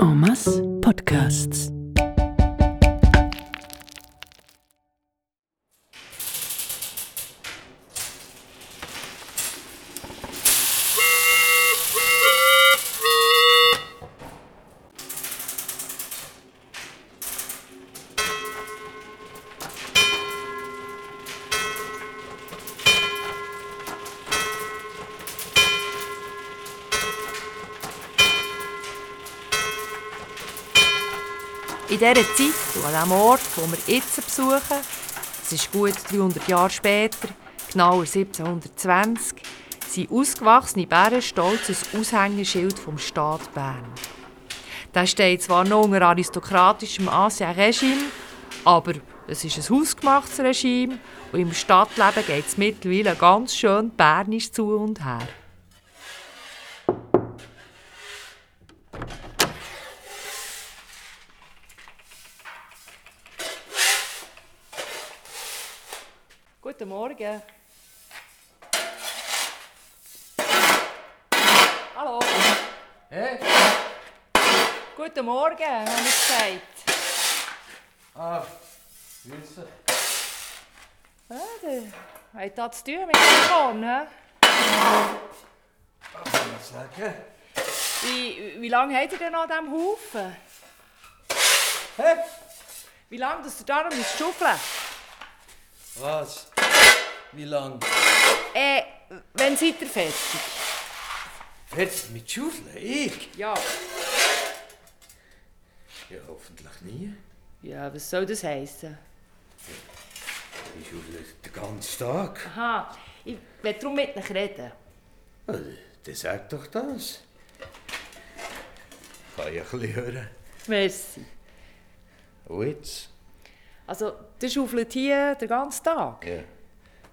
En masse Podcasts. In dieser Zeit und an dem Ort, wo wir jetzt besuchen, es ist gut 300 Jahre später, genauer 1720, sind ausgewachsene Bären stolz ein Aushängeschild vom Staat Bern. Der steht zwar noch unter aristokratischem Ancien-Regime, aber es ist ein hausgemachtes Regime und im Stadtleben geht es mittlerweile ganz schön bernisch zu und her. Guten Morgen. Hallo. Hä? Guten Morgen, habe ich gesagt. Ah, grüße. Ah, der hat das zu tun mit dem Korn, hä? Kann man sagen? Wie, wie lange habt ihr denn an diesem Haufen? Hä? Wie lange, dass ihr da noch müsst schaufeln Was? Wie lang? Äh, wann seid ihr fertig? Jetzt mit Schaufeln? Ich? Ja. Ja, hoffentlich nie. Ja, was soll das heißen? Ich schaufle den ganzen Tag. Aha, ich will darum mit euch reden. Also, Dann sag doch das. Kann ich ein bisschen hören. Merci. Und jetzt? Also, ihr schaufelt hier den ganzen Tag. Ja.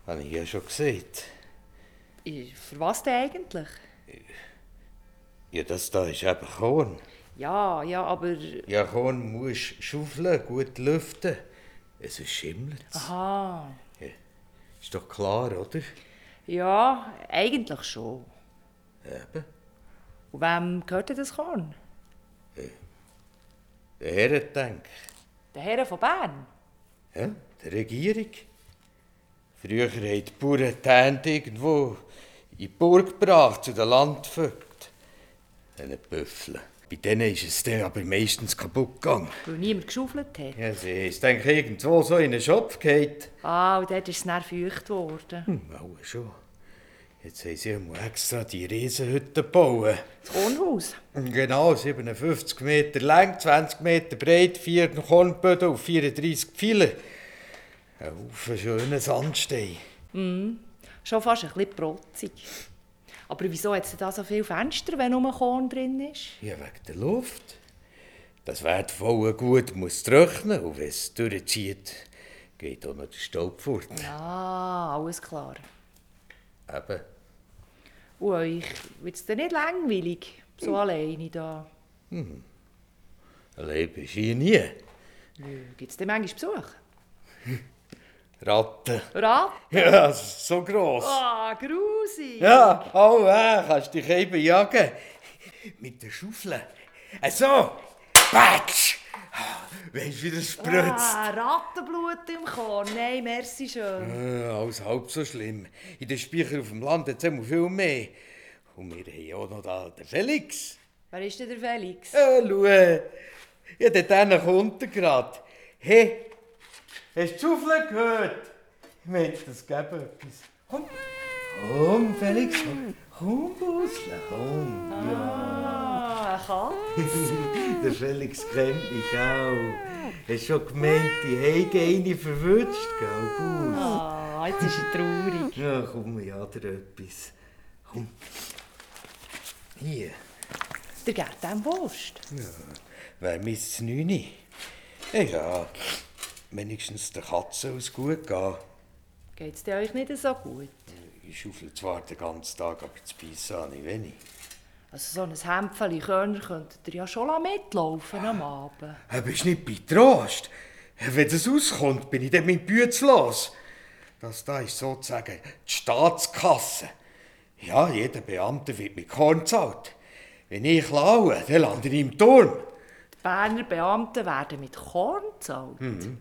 Habe ich ja schon gesagt. Ich- Äh, Für was denn eigentlich? Ja, das da ist eben Korn. Ja, ja, aber... Ja, Korn musst schaufeln, gut lüften. Es ist schimmelt. Aha. Ist doch klar, oder? Ja, eigentlich schon. Eben. Und wem gehört denn das Korn? Der Herr denkt. Den Herren von Bern. Ja, die Regierung. Früher haben die Bauern die Hände irgendwo in die Burg gebracht, zu den Landvögeln. Einen Büffeln. Bei denen ist es dann aber meistens kaputt gegangen. Weil niemand geschaufelt hat. Ja, sie ist denke ich, irgendwo so in den Schopf gefallen. Ah, und dort ist es dann feucht worden. Hm, auch schon. Jetzt haben sie einmal extra die Riesenhütte gebaut. Das Kornhaus. Genau, 57 Meter lang, 20 Meter breit, 4 Kornböden auf 34 Pfeiler. Ein Haufen schöner Sandstein. Schon fast ein bisschen protzig. Aber wieso hat es da so viele Fenster, wenn nur Korn drin ist? Ja, wegen der Luft. Das wertvolle Gut muss trocknen und wenn es durchzieht, geht auch noch der Staub fort. Ah, alles klar. Eben. Und euch wird es denn nicht langweilig, so alleine da? Allein bist du hier nie. Gibt es denn manchmal Besuch? Ratten. Rat? Ja, es ist so gross. Ah, grusig! Ja, oh, äh, kannst dich eben jagen. Mit der Schaufel. Äh, so. Batsch! Ah, Weißt du, wie das spritzt? Ah, Rattenblut im Korn. Nein, merci schön. Äh, alles halb so schlimm. In den Speicher auf dem Land hat es immer viel mehr. Und wir haben ja auch noch da den Felix. Wer ist denn der Felix? Ja, schau. Ja, der Tanner kommt er grad. Hey, hast du die Schaufel gehört? Mensch, das gäbe etwas. Komm. Komm, Felix, komm. Komm, Busle, komm. Ah, ein Kalb. Der Felix kennt mich auch. Hast schon gemeint, die Heige eine verwünscht, gell, Bus? Ah, jetzt ist er traurig. Ja, komm, ja, dir etwas. Komm. Hier. Der gibt dem Wurst. Wer misst neune? Eh, Ja, wenigstens der Katze aus gut gehen. Geht es dir euch nicht so gut? Ich schaufle zwar den ganzen Tag, aber zu beißen habe ich wenig. Also so ein Hempfeli Körner könntet ihr ja schon lassen mitlaufen am Abend. Er bist nicht bei Trost. Wenn das rauskommt, bin ich dann mit Bütz los. Das da ist sozusagen die Staatskasse. Ja, jeder Beamte wird mit Korn gezahlt. Wenn ich klaue, dann lande ich im Turm. Berner Beamten werden mit Korn gezahlt. Hm.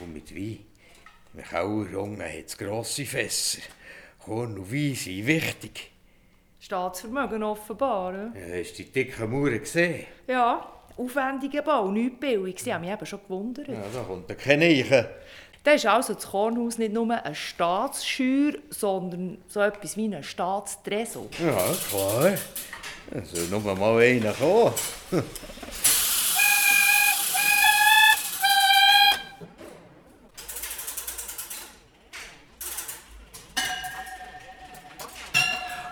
Und mit Wein. In Kauerungen hat es grosse Fässer. Korn und Wein sind wichtig. Staatsvermögen offenbar. eh? Ja, Hast du die dicken Mauern gesehen? Ja, aufwendiger Bau, nichts billig. Sie haben mich eben schon gewundert. Ja, da kommt ja kein Eichen. Da ist also das Kornhaus nicht nur eine Staatsschür, sondern so etwas wie ein Staatstresor. Ja, klar. Er soll nur mal einer kommen.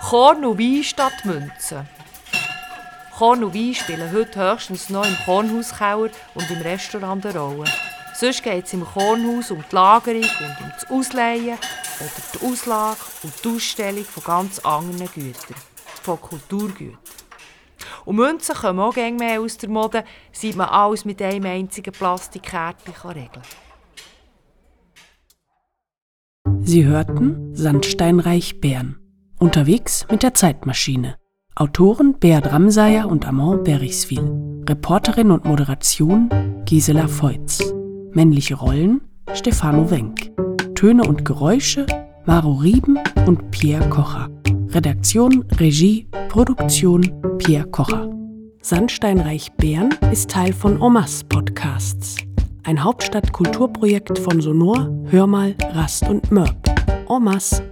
Korn und Wein statt Münzen. Korn und Wein spielen heute höchstens noch im Kornhauskeller und im Restaurant eine Rolle. Sonst geht es im Kornhaus um die Lagerung und um das Ausleihen oder die Auslage und die Ausstellung von ganz anderen Gütern, von Kulturgütern. Und Münzen kommen auch immer mehr aus der Mode, seit man alles mit einem einzigen Plastikkärtchen kann regeln kann. Sie hörten Sandsteinreich Bern. Unterwegs mit der Zeitmaschine. Autoren Beat Ramsayer und Amand Berichswil. Reporterin und Moderation Gisela Feutz. Männliche Rollen Stefano Wenk. Töne und Geräusche Maro Rieben und Pierre Kocher. Redaktion, Regie, Produktion Pierre Kocher. Sandsteinreich Bern ist Teil von Omas Podcasts. Ein Hauptstadtkulturprojekt von Sonor, Hörmal, Rast und Mörb. omas.ch